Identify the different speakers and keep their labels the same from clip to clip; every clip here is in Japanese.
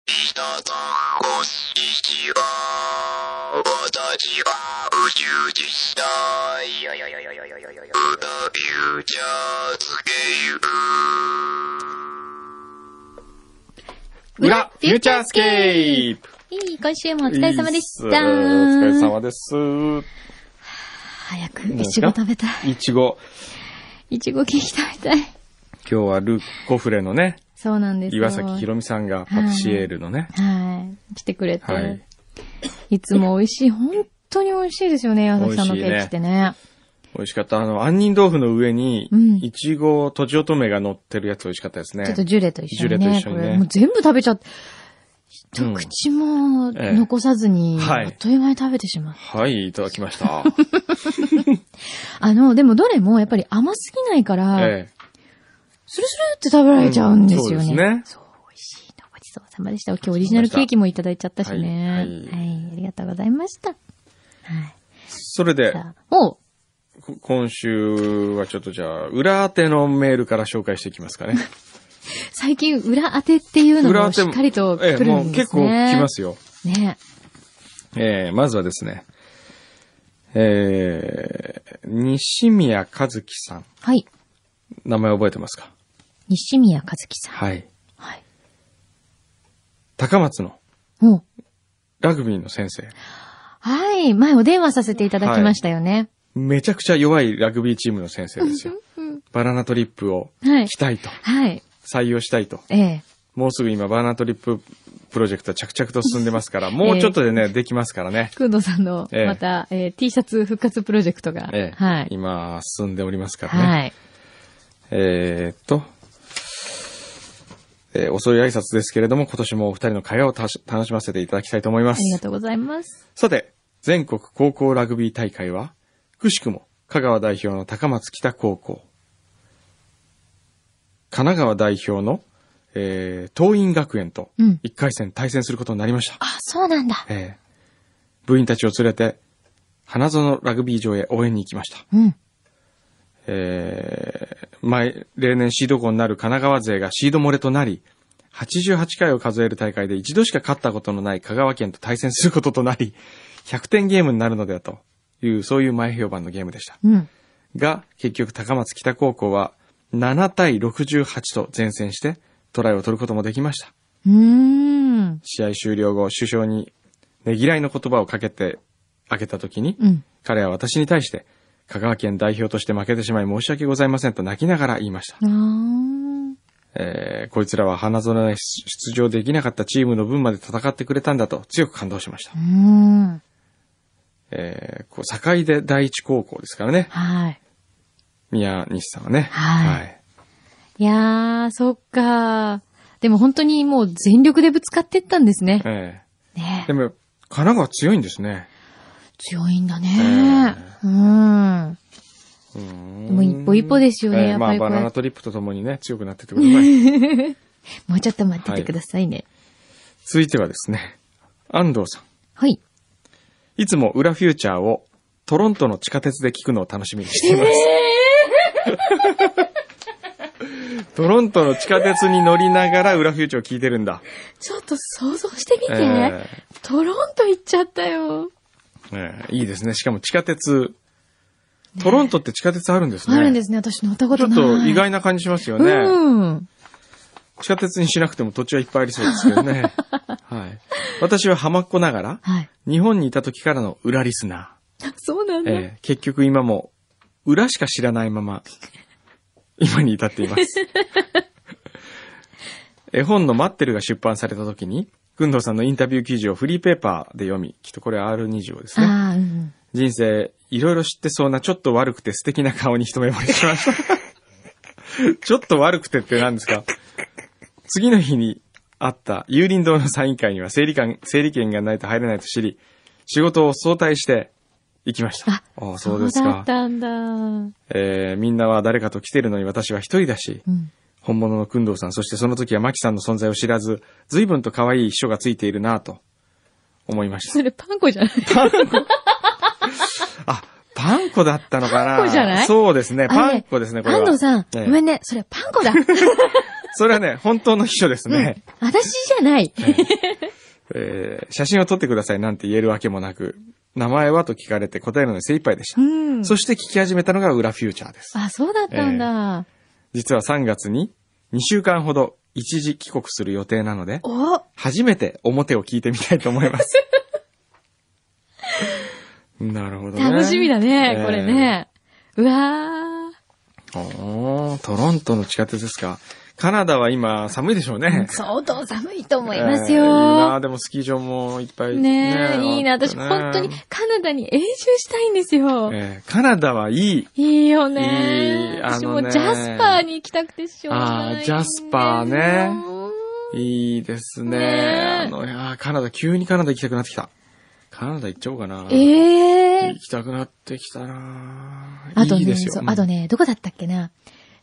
Speaker 1: 皆さん、こんにちは。私は宇宙実際。プラフューチャースケー
Speaker 2: 裏、フューチャースケープ
Speaker 3: いい、今週もお疲れ様でした。
Speaker 2: いいっすお疲れ様です。
Speaker 3: 早く、いちご食べたい。
Speaker 2: いちご。
Speaker 3: いちごケーキ食べたい。
Speaker 2: 今日はル・コフレのね、
Speaker 3: そうなんですよ。
Speaker 2: 岩崎宏美さんがパティシエールのね。
Speaker 3: はい。来てくれて。
Speaker 2: はいい、
Speaker 3: つも美味しい。本当に美味しいですよね、岩崎さんのケーキってね。
Speaker 2: 美味しかった。あの、杏仁豆腐の上に
Speaker 3: うん、
Speaker 2: いちご、とちおとめが乗ってるやつ美味しかったですね。
Speaker 3: ちょっとジュレと一緒にね。
Speaker 2: ジュレと一緒にね
Speaker 3: これもう全部食べちゃって、
Speaker 2: うん
Speaker 3: 一口も残さずに、
Speaker 2: はい
Speaker 3: あっという間に食べてしまう。
Speaker 2: はい、いただき ました。
Speaker 3: あの、でもどれもやっぱり甘すぎないから、
Speaker 2: え
Speaker 3: スルスルって食べられちゃうんですよ
Speaker 2: う
Speaker 3: ね。
Speaker 2: んそうですね
Speaker 3: そう、美味しいのごちそうさまでした。今日オリジナルケーキもいただいちゃったし
Speaker 2: は
Speaker 3: ね。
Speaker 2: い
Speaker 3: は、
Speaker 2: はい
Speaker 3: ありがとうございました。はい。
Speaker 2: えそれで
Speaker 3: じ、ゃあ、おう
Speaker 2: こ今週はちょっとじゃあ、裏当てのメールから紹介していきますかね。
Speaker 3: 最近裏当てっていうの
Speaker 2: 裏
Speaker 3: も
Speaker 2: 当て
Speaker 3: しっ
Speaker 2: も
Speaker 3: かりと
Speaker 2: え
Speaker 3: 来る
Speaker 2: え、も
Speaker 3: ん
Speaker 2: う
Speaker 3: で
Speaker 2: 結
Speaker 3: す
Speaker 2: 構
Speaker 3: ね。
Speaker 2: 来ますよ。
Speaker 3: ね
Speaker 2: えー、まずはですね、えー、西宮和樹さん。
Speaker 3: はい。
Speaker 2: 名前覚えてますか
Speaker 3: 西宮和樹さん。
Speaker 2: はい。
Speaker 3: はい。
Speaker 2: 高松の
Speaker 3: おう
Speaker 2: ラグビーの先生。
Speaker 3: はい。前お電話させていただきましたよね。
Speaker 2: めちゃくちゃ弱いラグビーチームの先生ですよ。バナナトリップを
Speaker 3: はい
Speaker 2: 来たいと。
Speaker 3: はい。
Speaker 2: 採用したいと。
Speaker 3: ええ。
Speaker 2: もうすぐ今バナナトリッププロジェクトは着々と進んでますから、もうちょっとでね、できますからね。
Speaker 3: くんどさんの、
Speaker 2: ええ
Speaker 3: また、えー T シャツ復活プロジェクトが。
Speaker 2: ええ
Speaker 3: はい。
Speaker 2: 今、進んでおりますからね。
Speaker 3: はい。
Speaker 2: えーっと、えー遅い挨拶ですけれども、今年もお二人の会話をたし楽しませていただきたいと思いま
Speaker 3: ありが
Speaker 2: す。
Speaker 3: とうございます。
Speaker 2: さて、全国高校ラグビー大会は、くしくも香川代表の高松北高校、神奈川代表の、えー、東院学園と
Speaker 3: うん
Speaker 2: 一回戦対戦することになりました。
Speaker 3: あ、そうなんだ。
Speaker 2: えー部員たちを連れて、花園ラグビー場へ応援に行きました。
Speaker 3: うん。
Speaker 2: えー前、例年シード校になる神奈川勢がシード漏れとなり、88回を数える大会で一度しか勝ったことのない香川県と対戦することとなり、100点ゲームになるのではという、そういう前評判のゲームでした。
Speaker 3: うん。
Speaker 2: が、結局高松北高校は7対68と前線してトライを取ることもできました。
Speaker 3: うーん。
Speaker 2: 試合終了後、首相にねぎらいの言葉をかけて、あげた時に、
Speaker 3: うん。
Speaker 2: 彼は私に対して、香川県代表として負けてしまい申し訳ございませんと泣きながら言いました。
Speaker 3: あー
Speaker 2: えー、こいつらは花園へ出場できなかったチームの分まで戦ってくれたんだと強く感動しました
Speaker 3: う。ーん。
Speaker 2: えー、こう、境で第一高校ですからね。
Speaker 3: はい。
Speaker 2: 宮西さんはね。
Speaker 3: はいいやー、そっかでも本当にもう全力でぶつかってったんですね。
Speaker 2: え
Speaker 3: ね
Speaker 2: ー、でも、神奈川強いんですね。
Speaker 3: 強いんだね。うん。
Speaker 2: うーん
Speaker 3: でも一歩一歩ですよね
Speaker 2: えー
Speaker 3: やっ
Speaker 2: ま
Speaker 3: ぱり
Speaker 2: あ、
Speaker 3: こ
Speaker 2: バ
Speaker 3: れ
Speaker 2: ナナトリップとともにね、強くなってってください。
Speaker 3: もうちょっと待っててくださいね。
Speaker 2: 続いてはですね、安藤さん。
Speaker 3: はい。
Speaker 2: いつも裏フューチャーをトロントの地下鉄で聞くのを楽しみにしています。トロントの地下鉄に乗りながら裏フューチャーを聞いてるんだ。
Speaker 3: ちょっと想像してみて。
Speaker 2: え
Speaker 3: トロント行っちゃったよ。
Speaker 2: ーえーいいですね。しかも地下鉄、トロントって地下鉄あるんですね。。
Speaker 3: あるんですすね。私乗ったこ
Speaker 2: ち
Speaker 3: と
Speaker 2: ょっ
Speaker 3: ない。
Speaker 2: と意外な感じしますよね。
Speaker 3: うん。
Speaker 2: 地下鉄にしなくても土地はいっぱいありそうですけ どね。はい。私は浜っ子ながら、
Speaker 3: はい。
Speaker 2: 日本にいた時からの裏リスナー。
Speaker 3: そうなんだ。
Speaker 2: えー結局今も、裏しか知らないまま、今に至っています。 絵本の待ってるが出版された時に、くんどうさんのインタビュー記事をフリーペーパーで読み、きっとこれ R2 条ですね。
Speaker 3: あーうん。
Speaker 2: 人生、いろいろ知ってそうな、ちょっと悪くて素敵な顔に一目惚れしました。ちょっと悪くてって何ですか次の日にあった、有林堂のサイン会には整理官、整理券がないと入れないと知り、仕事を早退して行きました。ああ、そうです
Speaker 3: だっ
Speaker 2: か。
Speaker 3: たんだ。うん。
Speaker 2: えー、みんなは誰かと来てるのに私は一人だし、本物の工藤さん、そしてその時はマキさんの存在を知らず、随分と可愛い秘書がついているなぁと思いました
Speaker 3: そ。れパン粉じゃない
Speaker 2: あ、パン粉だったのかな
Speaker 3: パン粉じゃない
Speaker 2: そうですね、
Speaker 3: あ
Speaker 2: パ
Speaker 3: れ
Speaker 2: ン粉ですね、これは。
Speaker 3: 安藤さん、
Speaker 2: ええ
Speaker 3: ごめんね。それパン粉だ。
Speaker 2: それはね、本当の秘書です ね。
Speaker 3: 私じゃない。
Speaker 2: えー写真を撮ってくださいなんて言えるわけもなく、名前はと聞かれて答えるのに精一杯でした
Speaker 3: う。ん。
Speaker 2: そして聞き始めたのが裏フューチャーです。
Speaker 3: あ、そうだったんだ。
Speaker 2: 実は3月に2週間ほど一時帰国する予定なので、
Speaker 3: お
Speaker 2: 初めて表を聞いてみたいと思います。 なるほどね。
Speaker 3: 楽しみだね、
Speaker 2: えー
Speaker 3: これ。ね。うわ
Speaker 2: おートロントの地下鉄ですか。カナダは今寒いでしょうね
Speaker 3: ー。。相当寒いと思
Speaker 2: えー
Speaker 3: います
Speaker 2: いいな
Speaker 3: よ。
Speaker 2: あでもスキー場もいっぱい
Speaker 3: ねえ、いいな。
Speaker 2: あって
Speaker 3: 私
Speaker 2: ね
Speaker 3: 本当にカナダに永住したいんですよ。
Speaker 2: えーカナダはいい。
Speaker 3: いいよ
Speaker 2: い
Speaker 3: ね
Speaker 2: い。あのね
Speaker 3: 私もうジャスパーに行きたくてしょうがないんですよ。
Speaker 2: あージャスパーねいいですね。
Speaker 3: ねえ
Speaker 2: あの、いやーカナダ、急にカナダ行きたくなってきた。カナダ行っちゃおうかな。
Speaker 3: ええ
Speaker 2: 行きたくなってきたな
Speaker 3: あと
Speaker 2: いい
Speaker 3: ね、
Speaker 2: ですよ。
Speaker 3: そう
Speaker 2: うん
Speaker 3: あとね、どこだったっけな。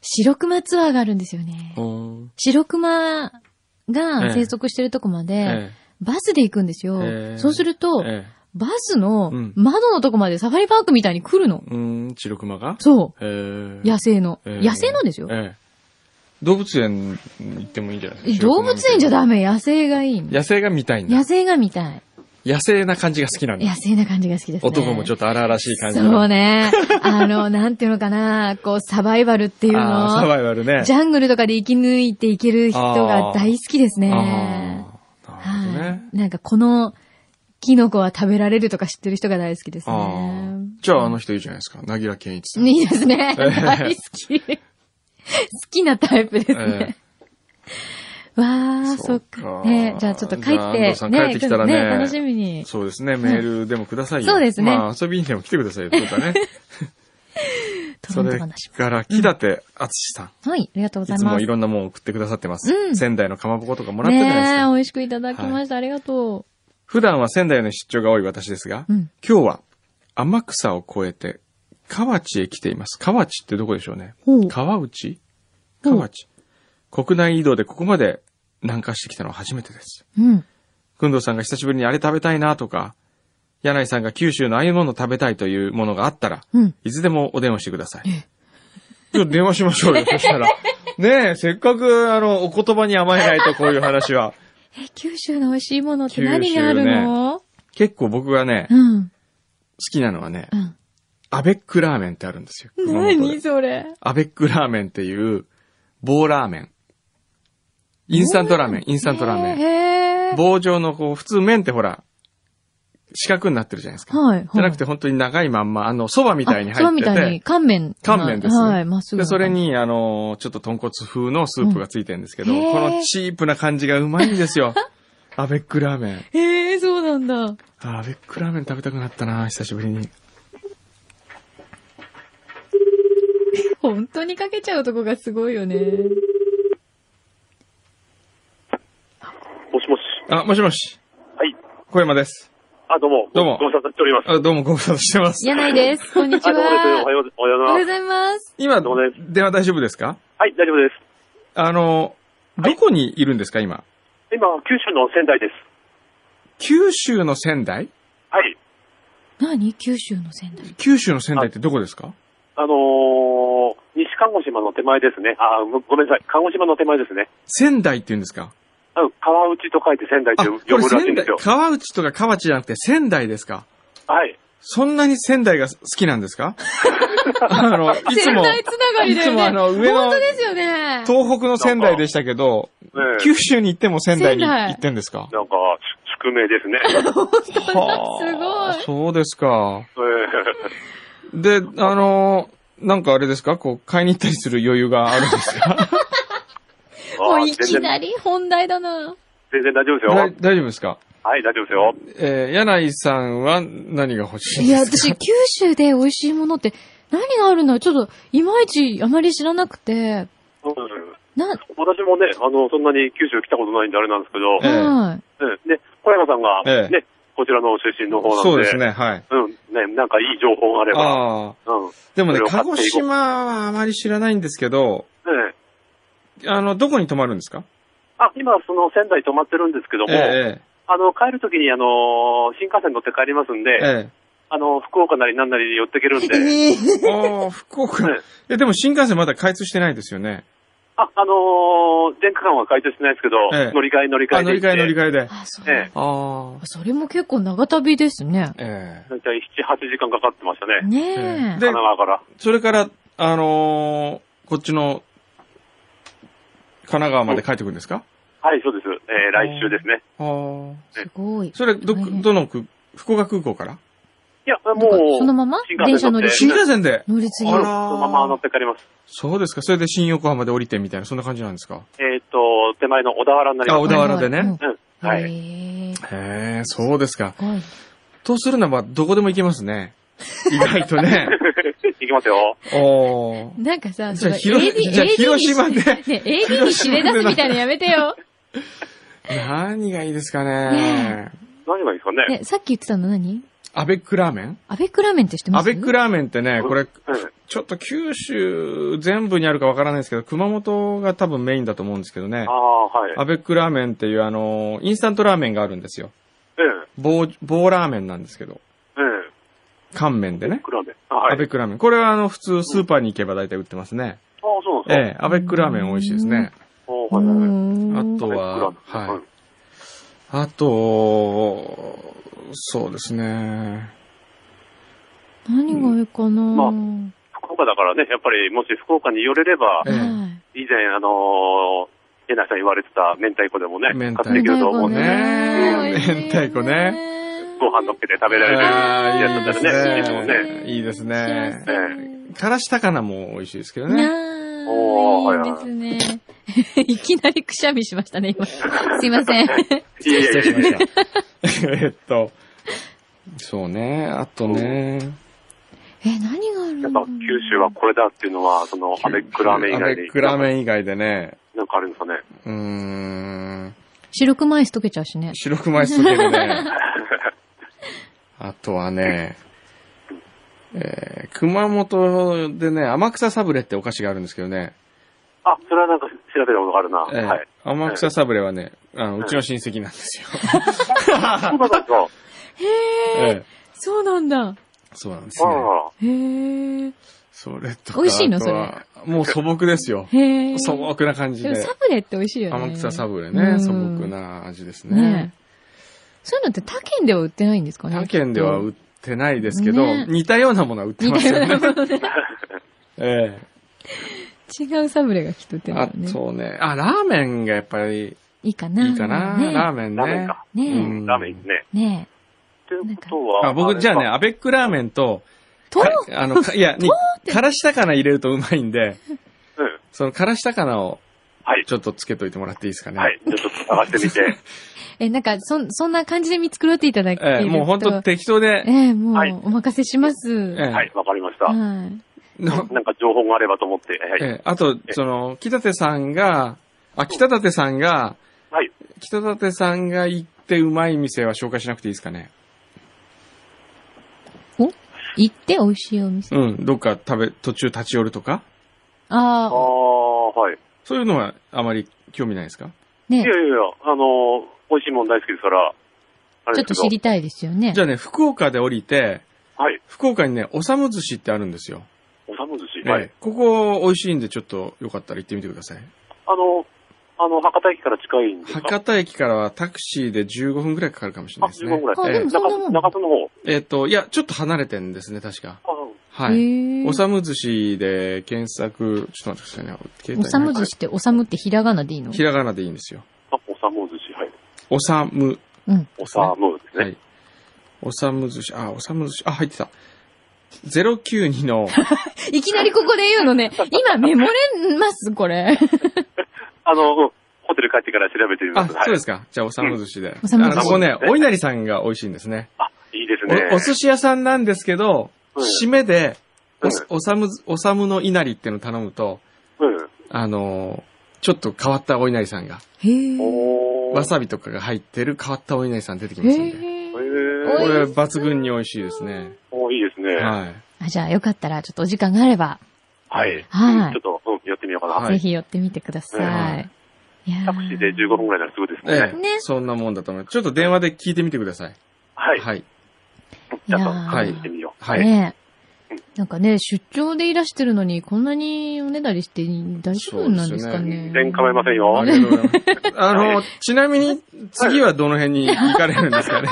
Speaker 3: 白熊ツアーがあるんですよね。
Speaker 2: うん
Speaker 3: 白熊
Speaker 2: ええ
Speaker 3: が生息してるとこまで、
Speaker 2: え
Speaker 3: バスで行くんですよ。
Speaker 2: ええ
Speaker 3: そうする
Speaker 2: え
Speaker 3: と、
Speaker 2: え
Speaker 3: バスの
Speaker 2: うん
Speaker 3: 窓のとこまでサファリパークみたいに来るの。
Speaker 2: えうん、チロクマが
Speaker 3: そ
Speaker 2: え
Speaker 3: う。
Speaker 2: ー
Speaker 3: 野生の。
Speaker 2: えー
Speaker 3: 野生のですよ。
Speaker 2: ええ動物園行ってもいいんじゃないです
Speaker 3: え
Speaker 2: か
Speaker 3: 動物園じゃダメ、野生がいいの。
Speaker 2: 野生が見たいんだ
Speaker 3: 野。生が見たい。
Speaker 2: 野生な感じが好きなんだ。
Speaker 3: 野生な感じが好きですね。
Speaker 2: 男もちょっと荒々しい感じの
Speaker 3: そうね。あの、なんていうのかな、こう、サバイバルっていう
Speaker 2: あーサ
Speaker 3: の。
Speaker 2: バイバルね。
Speaker 3: ジャングルとかで生き抜いていける人が大好きですね。
Speaker 2: あーなるほど
Speaker 3: は
Speaker 2: ね。
Speaker 3: い。なんかこの、キノコは食べられるとか知ってる人が大好きです
Speaker 2: あ
Speaker 3: ね。
Speaker 2: ーじゃああの人いいじゃないですか。なぎら健一さん。
Speaker 3: いいですね。
Speaker 2: えー
Speaker 3: 大好き。好きなタイプですね。わあ、そっか。ねじゃあちょっと帰
Speaker 2: じゃあ
Speaker 3: っ
Speaker 2: 安
Speaker 3: て
Speaker 2: 藤、さん帰ってきたらね
Speaker 3: 今度楽しみに。
Speaker 2: そうですね。メールでもくださいよ。
Speaker 3: そうですね
Speaker 2: まあ遊びにでも来てくださいよ。そうだね。
Speaker 3: ト
Speaker 2: そ
Speaker 3: ロント
Speaker 2: れ
Speaker 3: 話。
Speaker 2: から、木立敦さん。
Speaker 3: はい、ありがとうござい
Speaker 2: いつ
Speaker 3: ま
Speaker 2: も
Speaker 3: す。
Speaker 2: いろんなもん送ってくださってます。
Speaker 3: うん
Speaker 2: 仙台のかまぼことかもらったじゃないです
Speaker 3: ねえ、
Speaker 2: か。
Speaker 3: 美味しくいただきました。ありがと
Speaker 2: 普段は仙台の出張が多い私ですが、
Speaker 3: う。うん。
Speaker 2: 今日は天草を越えて河内へ来ています。河内ってどこでしょうね。
Speaker 3: ほう
Speaker 2: 川内
Speaker 3: ほう
Speaker 2: 河内。国内移動でここまで南下してきたのは初めてです。
Speaker 3: うん。
Speaker 2: くんどうさんが久しぶりにあれ食べたいなとか、柳井さんが九州のああいうもの食べたいというものがあったら、
Speaker 3: うん。
Speaker 2: いつでもお電話してください。ちょっと電話しましょうよ、そした ら。ねえ、せっかく、あの、お言葉に甘えないと、こういう話は。
Speaker 3: え、九州の美味しいものって何があるの、
Speaker 2: 結構僕がね、好
Speaker 3: うん。
Speaker 2: きなのはね
Speaker 3: う、ん。
Speaker 2: アベックラーメンってあるんですよ。熊本で
Speaker 3: 何それ
Speaker 2: アベックラーメンっていう、棒ラーメン。インスタントラーメン、インスタントラーメン。
Speaker 3: へー。
Speaker 2: 棒状のこう、普通麺ってほら、四角になってるじゃないですか。
Speaker 3: はい。
Speaker 2: じゃなくて本当に長いまんま、あの、蕎麦みたいに
Speaker 3: あそう
Speaker 2: 入っ
Speaker 3: み
Speaker 2: て
Speaker 3: たいに、
Speaker 2: て、
Speaker 3: 乾麺。
Speaker 2: 乾麺ですね
Speaker 3: はい、まっすぐ。
Speaker 2: で、それ、に、あの、ちょっと豚骨風のスープがついてるんですけど、
Speaker 3: うんへー
Speaker 2: このチープな感じがうまいんで すよ。アベックラーメン。
Speaker 3: へー、そうなんだ。
Speaker 2: あアベックラーメン食べたくなったな、久しぶりに。
Speaker 3: 本当にかけちゃうとこがすごいよね。
Speaker 4: もしもし。
Speaker 2: あ、もしもし。
Speaker 4: はい。
Speaker 2: 小山です。
Speaker 4: あ、どうも。
Speaker 2: どうも
Speaker 4: ご無沙汰しております。
Speaker 2: あ、どうもご無沙汰してます。
Speaker 3: 柳井です。こんにち
Speaker 4: あ、
Speaker 3: は。
Speaker 4: どうもです。おはよう、おはよう
Speaker 3: お
Speaker 4: ご
Speaker 3: は
Speaker 4: ざ
Speaker 3: よ
Speaker 4: い
Speaker 3: ご
Speaker 4: うます。
Speaker 3: ざいます。
Speaker 2: 今、
Speaker 4: どうもです
Speaker 2: 電話大丈夫ですか
Speaker 4: はい、大丈夫です。
Speaker 2: あの、どこにいるんですか、今。
Speaker 4: 今、九州の仙台です。
Speaker 2: 九州の仙台
Speaker 4: はい。
Speaker 3: 何九州の仙台。
Speaker 2: 九州の仙台ってどこですか
Speaker 4: あのー、西鹿児島の手前ですね。あ、ごごめんなさい。鹿児島の手前ですね。
Speaker 2: 仙台って言うんですか
Speaker 4: あの、川内と書いて仙台
Speaker 2: あ、
Speaker 4: と
Speaker 2: これ
Speaker 4: 呼ぶらしいん
Speaker 2: 仙
Speaker 4: で
Speaker 2: 台
Speaker 4: すよ、。
Speaker 2: 川内とか河内じゃなくて仙台ですか
Speaker 4: はい。
Speaker 2: そんなに仙台が好きなんです かあの、いつ
Speaker 3: 仙、
Speaker 2: も
Speaker 3: 台つながりだよね。
Speaker 2: いつもあの上の
Speaker 3: 本当ですよね。
Speaker 2: 東北の仙台でしたけど、
Speaker 4: ええ
Speaker 2: 九州に行っても仙台に
Speaker 3: 仙台
Speaker 2: 行ってんですか
Speaker 4: なんか、し宿 命ですね。
Speaker 2: はあ
Speaker 3: す
Speaker 2: そうですか。
Speaker 4: え
Speaker 2: で、あのーなんかあれですかこう、買いに行ったりする余裕があるんですか
Speaker 4: ー
Speaker 3: も
Speaker 4: あ
Speaker 3: う
Speaker 4: ー
Speaker 3: いき
Speaker 4: 全然、
Speaker 3: なり本題だな。
Speaker 4: 全然大丈夫ですよ。
Speaker 2: 大大丈夫ですか
Speaker 4: はい、大丈夫ですよ。
Speaker 2: えー、柳井さんは何が欲しい
Speaker 3: い
Speaker 2: で
Speaker 3: や、
Speaker 2: すか
Speaker 3: 私、九州で美味しいものって何があるんだろうちょっと、いまいちあまり知らなくて、
Speaker 4: うん
Speaker 3: な、
Speaker 4: 私もね、あの、そんなに九州来たことないんであれなんですけど、
Speaker 2: ええ
Speaker 3: はい。
Speaker 4: うんね、小山さんが、
Speaker 2: ええ
Speaker 4: ね、こちらの出身の方なんで、
Speaker 2: そうですね、はい。
Speaker 4: うん、ね、なんかいい情報があれば、
Speaker 2: ああ。
Speaker 4: うん、ね
Speaker 2: でもね
Speaker 4: それ、を買
Speaker 2: 鹿
Speaker 4: っていこ
Speaker 2: 児
Speaker 4: う
Speaker 2: 島はあまり知らないんですけど、
Speaker 4: え
Speaker 2: あの、どこに泊まるんですか
Speaker 4: あ、今、その仙台泊まってるんですけども、
Speaker 2: え
Speaker 4: あの、帰るときに、あの、新幹線乗って帰りますん
Speaker 2: え、え
Speaker 4: で、
Speaker 2: え、
Speaker 4: あの、福岡なりなんなり寄 ってけるんで、
Speaker 2: ええ。ああ、福岡
Speaker 4: うん。
Speaker 2: え、でも新幹線まだ開通してないですよね。
Speaker 4: あ、あのー、全区間は開通してないですけど、
Speaker 2: ええ
Speaker 4: 乗り換え乗り換
Speaker 2: あ、
Speaker 4: え
Speaker 2: 乗り
Speaker 4: で行っ
Speaker 2: 換
Speaker 4: て。
Speaker 2: え乗り換えで。
Speaker 3: あ、そう。
Speaker 4: ええ
Speaker 2: ああ。
Speaker 3: それも結構長旅ですね。
Speaker 2: ええ
Speaker 4: 大体7、8時間かかってましたね。
Speaker 3: ねえ。
Speaker 2: で
Speaker 4: 神奈川から。
Speaker 2: それから、あのーこっちの、神奈川まで帰ってくるんですか
Speaker 4: はい、そうです。えー、来週ですね。
Speaker 2: ああ。
Speaker 3: すごい。
Speaker 2: それ、ど、
Speaker 3: 大変
Speaker 2: どのく、福岡空港から
Speaker 4: いや、
Speaker 3: なんか
Speaker 4: もう、
Speaker 3: そのまま
Speaker 4: 新幹線乗って
Speaker 3: 電車乗り
Speaker 2: 新幹線で
Speaker 3: 乗り継ぎ
Speaker 2: あ。ら
Speaker 4: そのまま乗って帰ります。
Speaker 2: そうですか。それで新横浜で降りてみたいな、そんな感じなんですか
Speaker 4: えっ、と、手前の小田原になり
Speaker 2: あ
Speaker 4: ま
Speaker 2: 小
Speaker 4: す。
Speaker 2: 田原でね
Speaker 3: うん
Speaker 4: うんはい。
Speaker 3: へえ。す
Speaker 2: へえ、そうですか。
Speaker 3: ごい。
Speaker 2: とするならば、どこでも行けますね。意外とね。
Speaker 4: 行きますよ。
Speaker 2: おー。
Speaker 3: なんかさ、
Speaker 2: じゃあ
Speaker 3: その
Speaker 2: 広
Speaker 3: AD
Speaker 2: じゃあ
Speaker 3: AD に
Speaker 2: 広島 で
Speaker 3: ね、AD に知れ出すみたいなのやめてよ。
Speaker 2: 何がいいですかね
Speaker 3: ね。
Speaker 4: 何がいいですかね。
Speaker 3: ね、さっき言ってたの何
Speaker 2: アベックラーメン
Speaker 3: アベックラーメンって知ってま
Speaker 2: ア
Speaker 3: す
Speaker 2: ベックラーメンってね、これ、
Speaker 4: うん
Speaker 2: ちょっと九州全部にあるかわからないですけど、熊本が多分メインだと思うんですけどね
Speaker 4: あ。あ、はい。
Speaker 2: アベックラーメンっていうあの、インスタントラーメンがあるんですよ。
Speaker 4: うん。
Speaker 2: 棒、棒ラーメンなんですけど。
Speaker 4: うん。
Speaker 2: 乾麺でね。
Speaker 4: 黒で。あ、は
Speaker 2: ア
Speaker 4: い。あ
Speaker 2: ベックラーメン。これはあの、普通スーパーに行けば大体売ってますね。
Speaker 4: そうなんで
Speaker 2: え
Speaker 4: すか。
Speaker 2: え、アベックラーメン美味しいですね。
Speaker 4: あー
Speaker 3: う
Speaker 4: はいはいは
Speaker 3: ー
Speaker 4: い
Speaker 3: ん
Speaker 2: あとは、
Speaker 4: アベックラーメン
Speaker 2: は
Speaker 4: う
Speaker 2: い
Speaker 4: ん。
Speaker 2: あと、そうですね。
Speaker 3: 何がいいかな、
Speaker 4: ま福岡だからね、やっぱりもし福岡に寄れれば
Speaker 2: え、え
Speaker 3: はい。
Speaker 4: 以前、あのー、えなさん言われてた明太子でもね、
Speaker 2: 明太
Speaker 4: 買っていけると思うんで、
Speaker 2: ね
Speaker 3: 明太子ね
Speaker 4: ご飯乗っけて食べられる
Speaker 2: あ
Speaker 4: やつだったらね、いいです
Speaker 2: ー
Speaker 4: もん
Speaker 2: ね
Speaker 4: ね。
Speaker 2: いいですね
Speaker 3: 幸せ
Speaker 2: からし高菜も美味しいですけど
Speaker 3: いや
Speaker 2: ね。
Speaker 3: ー
Speaker 4: おー
Speaker 3: いいですね。 いきなりくしゃみしました ね、今。すいません。
Speaker 4: いやいやいやいや、
Speaker 2: した。えっと、そうね。あとね。
Speaker 3: え、何があるの
Speaker 4: やっぱ九州はこれだっていうのは、そのアベックラーメン以外
Speaker 2: アベ
Speaker 4: に
Speaker 2: ッ、クラーメン以外でね。
Speaker 4: なんかあるんですかね。
Speaker 2: うーん。
Speaker 3: 白くマイス溶けちゃうしね。
Speaker 2: 白熊しそける ね。あとはね、えー、熊本でね、天草サブレってお菓子があるんですけどね。
Speaker 4: あ、それはなんか調べたことがあるな。
Speaker 2: えー
Speaker 4: はい。
Speaker 2: 天草サブレはね、あの、うちの親戚なんですよ。
Speaker 4: そうなん ですか。
Speaker 2: ええ
Speaker 3: そうなんだ。
Speaker 2: そうなんですね。
Speaker 4: あ
Speaker 3: へー。
Speaker 2: それとか。
Speaker 3: 美味しいの
Speaker 2: あとはもう素朴ですよ。
Speaker 3: へー。
Speaker 2: 素朴な感じ
Speaker 3: で
Speaker 2: で
Speaker 3: も。サブレって美味しいよね。
Speaker 2: 天草サブレ
Speaker 3: う
Speaker 2: ね、
Speaker 3: ん
Speaker 2: 素朴な味ですね
Speaker 3: ね。えそういうのって他県では売ってないんですかね
Speaker 2: 他県では売ってないですけど、
Speaker 3: ね
Speaker 2: 似たようなものは売ってますよね。 ええ
Speaker 3: 違うサブレがきっと売ってるか
Speaker 2: あ
Speaker 3: らね。
Speaker 2: そうね。あ、ラーメンがやっぱり
Speaker 3: いいかない
Speaker 2: いかな。ラーメンね。
Speaker 4: ラーメンか。
Speaker 3: ね
Speaker 2: う
Speaker 3: え。
Speaker 2: ん
Speaker 4: ラーメンですね。
Speaker 3: ねえ。ね
Speaker 4: ということは。
Speaker 2: あ僕、じゃあね、
Speaker 4: れか、
Speaker 2: アベックラーメンと、
Speaker 3: え。と
Speaker 2: かあの、かいや、に、からしたかな入れるとうまいんで、
Speaker 4: うん。
Speaker 2: そのからしたかなを
Speaker 4: はい。
Speaker 2: ちょっとつけといてもらっていいですかね。
Speaker 4: はい。じゃあちょっと探して みて。
Speaker 3: え、なんか、そん、そんな感じで見繕っていただける
Speaker 2: え
Speaker 3: と。
Speaker 2: えもうほんと適当
Speaker 3: え
Speaker 2: で、
Speaker 3: え、も、
Speaker 4: はいう
Speaker 3: お任せします。
Speaker 2: ええ
Speaker 4: はい、わかりました。
Speaker 3: はい。
Speaker 2: の
Speaker 4: なんか情報があればと思って。はい。
Speaker 2: ええあと、その、北舘さんが、あ、北舘さんが、
Speaker 4: はい。
Speaker 2: 北舘さんが行ってうまい店は紹介しなくていいですかね。
Speaker 3: 行って美味しいお店。
Speaker 2: うん、どっか食べ、途中立ち寄るとか
Speaker 4: あ
Speaker 3: ああ、
Speaker 4: あ、はい。
Speaker 2: そういうのはあまり興味ないですか
Speaker 4: い
Speaker 3: ね
Speaker 4: やいやいや、あの、美味しいもん大好きですから、あ
Speaker 3: ちょ
Speaker 4: れ
Speaker 3: っ
Speaker 4: で
Speaker 3: と
Speaker 4: すけ
Speaker 3: 知
Speaker 4: ど。
Speaker 3: りたいですよね
Speaker 2: じ。ゃあね、福岡で降りて、
Speaker 4: はい。
Speaker 2: 福岡にね、おさむ寿司ってあるんですよ。
Speaker 4: おさむ寿司。
Speaker 2: ええ。ここ、美味しいんで、ちょっと、よかったら行ってみてください。
Speaker 4: あの、あの、博多駅から近いんですか
Speaker 2: 博多駅からはタクシーで15分くらいかかるかもしれ
Speaker 4: あ、
Speaker 2: ないです
Speaker 4: 15
Speaker 2: ね。
Speaker 4: 分ぐらい。
Speaker 3: あ
Speaker 2: でも
Speaker 3: そんなもん
Speaker 4: 中中洲の方。
Speaker 2: えっ、と、いや、ちょっと離れてんですね、確か。
Speaker 4: あうん
Speaker 2: は
Speaker 3: へ
Speaker 2: い。
Speaker 3: ー
Speaker 2: おさむ寿司で検索、ちょっと待ってくださいね。携帯
Speaker 3: おさむ
Speaker 2: 司。
Speaker 3: 寿司って、おさむってひらがなでいいの
Speaker 2: ひらがなでいいんですよ。
Speaker 4: あ、おさむ寿司。はい。
Speaker 2: おさむ。
Speaker 4: おさむです
Speaker 2: は
Speaker 4: ね。
Speaker 2: い。おさむ寿司。あ、おさむ寿司。あ、入ってた。092の、
Speaker 3: いきなりここで言うのね。今メモれますこれ。
Speaker 4: あの、うんホテル帰ってから調べてみま
Speaker 2: あ、
Speaker 4: す。。
Speaker 2: そうですすか。じゃあ、おさむ寿司で。
Speaker 3: おさむ寿司
Speaker 2: あのここね、お稲荷さんが美味しいんですね。
Speaker 4: あ、いいですね。
Speaker 2: おお寿司屋さんなんですけど、
Speaker 4: うん
Speaker 2: 締めで、
Speaker 4: うん
Speaker 2: おおさむ、おさむの稲荷っていうのを頼むと、
Speaker 4: うん。
Speaker 2: あのーちょっと変わったお稲荷さんが、
Speaker 3: へえ。
Speaker 4: おー。
Speaker 2: わさびとかが入ってる変わったお稲荷さん出てきますんで。
Speaker 3: へ
Speaker 4: へ
Speaker 3: ー
Speaker 2: こ
Speaker 3: おい
Speaker 4: ー。
Speaker 2: れ、抜群に美味しいですね。
Speaker 4: おーいいですね。
Speaker 2: はい。
Speaker 3: あじゃあよかったら、ちょっとお時間があれば、
Speaker 4: はい。
Speaker 3: はい
Speaker 4: ちょっと、うん、やってみようかな。
Speaker 2: はい
Speaker 3: ぜひ寄ってみてください。いや
Speaker 4: タクシーで15分ぐらいならすぐです
Speaker 2: ええ、
Speaker 4: ね。
Speaker 3: ね
Speaker 2: そんなもんだと思う。ちょっと電話で聞いてみてください。
Speaker 4: はい。
Speaker 2: はい。
Speaker 4: じゃあ、
Speaker 3: いやー
Speaker 4: 確認してみよう。
Speaker 2: はい。
Speaker 3: ねなんかね、出張でいらしてるのに、こんなにおねだりして大丈夫なんですかね。
Speaker 4: 全然構いませんよ
Speaker 2: あ。りがとうございます。あの、ちなみに、次はどの辺に行かれるんですかね。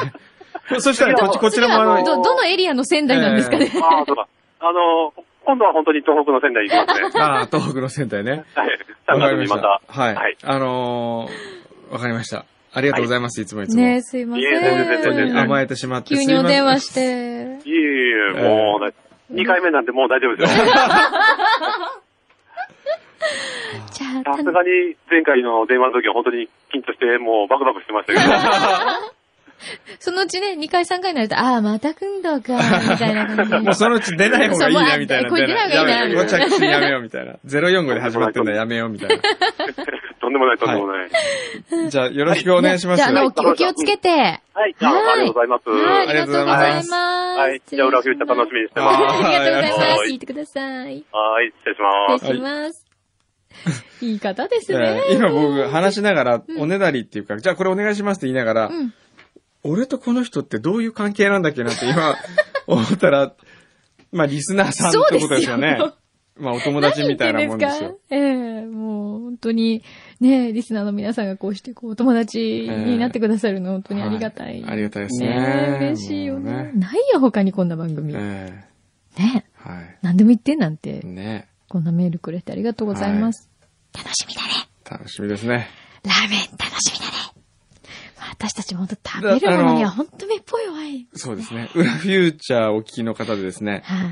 Speaker 2: そしたらこっち、こちらもあ
Speaker 3: 次はど、
Speaker 2: の、
Speaker 3: どのエリアの仙台なんですかね。
Speaker 4: ああ、そうだ。あの、今度は本当に東北の仙台行きますね。
Speaker 2: ああ、東北の仙台ね。
Speaker 4: はい。
Speaker 2: わか
Speaker 4: 3月
Speaker 2: りま
Speaker 4: に
Speaker 2: し
Speaker 4: また
Speaker 2: た。。は
Speaker 4: はいい。
Speaker 2: あのー、わかりました。ありがとうございます、いつもいつも。
Speaker 3: ねすいませ
Speaker 4: いえ全然
Speaker 2: 本当
Speaker 4: 全
Speaker 2: に
Speaker 4: 然
Speaker 3: ん。
Speaker 2: 甘えてしまって。。
Speaker 3: 急にお電話してて。
Speaker 4: いえいえ、もうね、2回目なんでもう大丈夫ですよ。
Speaker 3: じゃ
Speaker 4: さ
Speaker 3: あ、
Speaker 4: すがに前回の電話の時は本当に緊張して、もうバクバクしてましたけど。
Speaker 3: そのうちね、2回3回になると、ああ、また来んの か、みたいな感じで。
Speaker 2: もうそのうち出ない方がいい
Speaker 3: そうも
Speaker 2: な、
Speaker 3: う
Speaker 2: みたいな。
Speaker 3: これ出ない方がいいな
Speaker 2: やめようご着信やめよう、みたいな。045で始まってんだ、やめよう、みたい
Speaker 4: とんでもない、とんでもない。
Speaker 2: な。じゃあ、よろしくお願いします。
Speaker 3: じゃあ、あの、お気
Speaker 4: はい
Speaker 3: お気をつけて。
Speaker 4: はい、じゃあ、ありがとうございます。
Speaker 3: はい、あり
Speaker 2: あり
Speaker 3: がと
Speaker 2: がと
Speaker 3: う
Speaker 2: う
Speaker 3: ご
Speaker 2: ご
Speaker 3: ざ
Speaker 2: ざ
Speaker 3: い
Speaker 2: い
Speaker 3: ま。
Speaker 2: ますす
Speaker 4: はい、じゃあ、裏フューチャー楽しみにしてます。
Speaker 2: は
Speaker 3: ありがとうございま
Speaker 4: は
Speaker 3: す。
Speaker 4: い
Speaker 3: 聞いてください。
Speaker 4: はい、失礼します。
Speaker 3: 失礼します。いい方ですね
Speaker 2: え。ー今僕話しながら、おねだりっていうか、じゃあこれお願いしますって言いながら、
Speaker 3: うん。
Speaker 2: 俺とこの人ってどういう関係なんだっけなって 今思ったら、まあリスナーさんって
Speaker 3: そうです
Speaker 2: ことですよね。
Speaker 3: よ
Speaker 2: まあお友達みたいなもんです
Speaker 3: 何言ってん
Speaker 2: よ。
Speaker 3: ですかええもう本当に、ねリスナーの皆さんがこうして、こう、お友達になってくださるの、本当にありがたい。
Speaker 2: はいありがたいですね
Speaker 3: ねえ嬉しいよね
Speaker 2: もうね
Speaker 3: ないよ、他にこんな番組。ね
Speaker 2: えはい。
Speaker 3: 何でも言ってなんて、
Speaker 2: ね
Speaker 3: こんなメールくれてありがとうございます。楽しみだね。
Speaker 2: 楽しみですね。
Speaker 3: ラーメン楽しみだね。まあ私たちも本当食べるものには本当目っぽいわい。
Speaker 2: そうですね。裏フューチャーお聞きの方でですね、
Speaker 3: はい。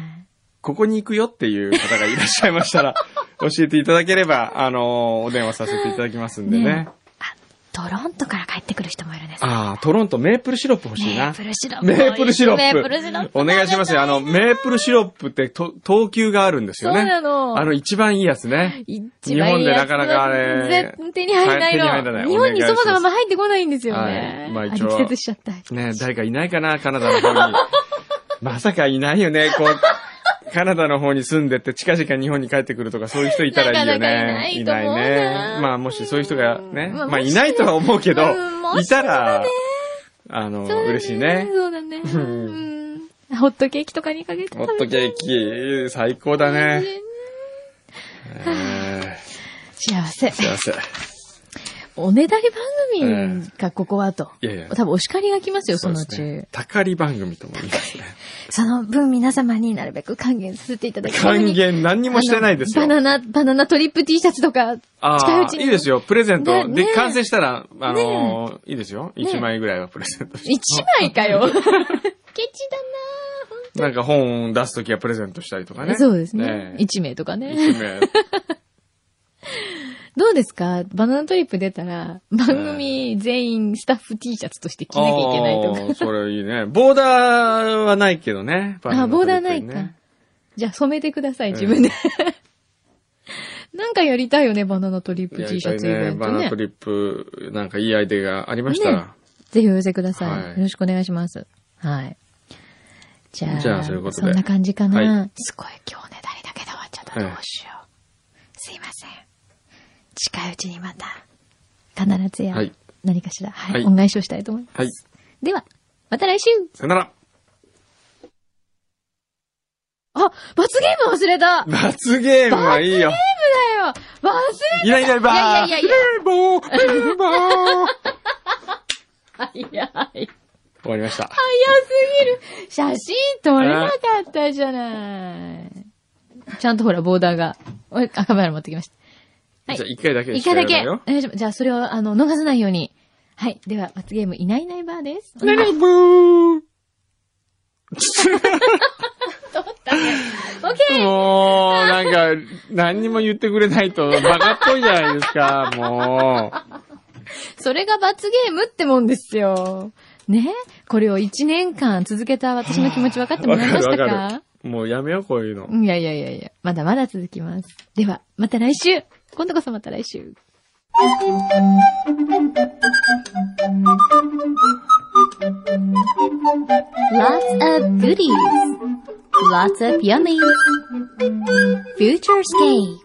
Speaker 2: ここに行くよっていう方がいらっしゃいまし たら、教えていただければ、あのお電話させていただきますんでね。
Speaker 3: ねあ、トロントから帰ってくる人もいるんです。
Speaker 2: ああ、トロントメープルシロップ欲しい
Speaker 3: メ
Speaker 2: な
Speaker 3: ー。プルシロップ。
Speaker 2: メープルシロップ。
Speaker 3: メープルシロップ。
Speaker 2: お願いしますよ。あの、メープルシロップってと、等級があるんです
Speaker 3: そう
Speaker 2: よね。
Speaker 3: なの。
Speaker 2: あの、一番いいやつね。
Speaker 3: 一番いいやつ
Speaker 2: 日本でなかなかあれ
Speaker 3: 絶手に入らないの。
Speaker 2: はい手に入らない
Speaker 3: 日本にそもそ
Speaker 2: お願いします
Speaker 3: も入ってこないんですよね。
Speaker 2: はいまあ一
Speaker 3: 力
Speaker 2: 応
Speaker 3: 説しちゃった。
Speaker 2: ね誰かいないかな、カナダの方に。 まさかいないよね、こう、カナダの方に住んでって、近々日本に帰ってくるとか、そういう人いたらいいよね。
Speaker 3: なかなかいないと思うな
Speaker 2: ね。まあ、もしそういう人がね、
Speaker 3: うん
Speaker 2: まあ、いないとは思うけど
Speaker 3: うんも、し
Speaker 2: いたら、あの、
Speaker 3: そうだね
Speaker 2: 嬉しいね。
Speaker 3: そうだね。
Speaker 2: ん
Speaker 3: うんホットケーキとかにかけて
Speaker 2: ホッ
Speaker 3: 食
Speaker 2: ト
Speaker 3: べて
Speaker 2: ケーキ、最高だね。え
Speaker 3: 幸せ
Speaker 2: ー。幸せ。
Speaker 3: おねだり番組がここはと。
Speaker 2: いやいや
Speaker 3: 多分お叱りが来ますよ、そのう
Speaker 2: うです
Speaker 3: ち
Speaker 2: ね。。たかり番組とも言いますね。
Speaker 3: その分皆様になるべく還元させていただきたい。
Speaker 2: 還元何にもしてないですよ
Speaker 3: あ。のバナナ、バナナトリップ T シャツとか、
Speaker 2: あ
Speaker 3: 近いう
Speaker 2: あ
Speaker 3: ち
Speaker 2: ー、
Speaker 3: に。
Speaker 2: いいですよ。プレゼント。
Speaker 3: ねね
Speaker 2: で、完成したら、あのー、いいですよ。1枚ぐらいはプレゼントして。
Speaker 3: 一枚か よ。ケチだなぁ
Speaker 2: なんか本を出すときはプレゼントしたりとかね。
Speaker 3: そうですね。
Speaker 2: 一
Speaker 3: 一名とかね。
Speaker 2: 名。
Speaker 3: どうですかバナナトリップ出たら、番組全員スタッフ T シャツとして着なきゃいけないと
Speaker 2: あ
Speaker 3: か。
Speaker 2: ーそれいいね。ボーダーはないけどね。バナナ
Speaker 3: あ、ボーダーない
Speaker 2: トリ
Speaker 3: か
Speaker 2: ッ。
Speaker 3: じゃあ染めてください、自分で。 なんかやりたいよね、バナナトリッ
Speaker 2: プね。
Speaker 3: プ T シャツイ
Speaker 2: や
Speaker 3: ベ
Speaker 2: りたいね
Speaker 3: ン
Speaker 2: バ
Speaker 3: ト
Speaker 2: ナナ
Speaker 3: ね
Speaker 2: ト。リップ、なんかいいアイデアがありました
Speaker 3: ね
Speaker 2: ら。
Speaker 3: ぜひお寄せください。
Speaker 2: はい
Speaker 3: よろしくお願いします。はい。じゃあ、
Speaker 2: じゃあそういうことで
Speaker 3: そんな感じかな。
Speaker 2: は
Speaker 3: すごい今日ねだりだけで終わっちゃった。どうしよう。すいません。近いうちにまた、必ずや
Speaker 2: はい、
Speaker 3: 何かしら、はい、
Speaker 2: はい
Speaker 3: 恩返しをしたいと思います。
Speaker 2: はい。
Speaker 3: では、また来週
Speaker 2: さよなら。
Speaker 3: あ、罰ゲーム忘れただよ
Speaker 2: 罰ゲームはいいよ。
Speaker 3: 忘れ
Speaker 2: いないいないばー
Speaker 3: いやいやいやいや
Speaker 2: レーボーレー ボー
Speaker 3: 早い。早すぎる。
Speaker 2: 終わりました。
Speaker 3: 写真撮れなかったじゃない。ちゃんとほら、ボーダーが。おいあ、カメラ持ってきました。はい
Speaker 2: じゃあ一回だけ
Speaker 3: 一回だけ。
Speaker 2: よ
Speaker 3: お願いしますじゃあ、それを、あの、逃さないように。はい。では、罰ゲーム、いないいないバーです。
Speaker 2: レレブー
Speaker 3: オッケー
Speaker 2: もう、なんか、何にも言ってくれないと、バカっぽいじゃないですか、も
Speaker 3: それが罰ゲームってもんですよ。ねこれを一年間続けた私の気持ち分かって
Speaker 2: う。
Speaker 3: も
Speaker 2: わ
Speaker 3: らえ
Speaker 2: か
Speaker 3: ま
Speaker 2: る
Speaker 3: した
Speaker 2: わ
Speaker 3: か
Speaker 2: かる。もうやめよう、こういうの。
Speaker 3: いやいやいやいや、まだまだ続きます。では、また来週今度こそまた来週
Speaker 5: Lots of goodies. Lots of yummies. Futurescape.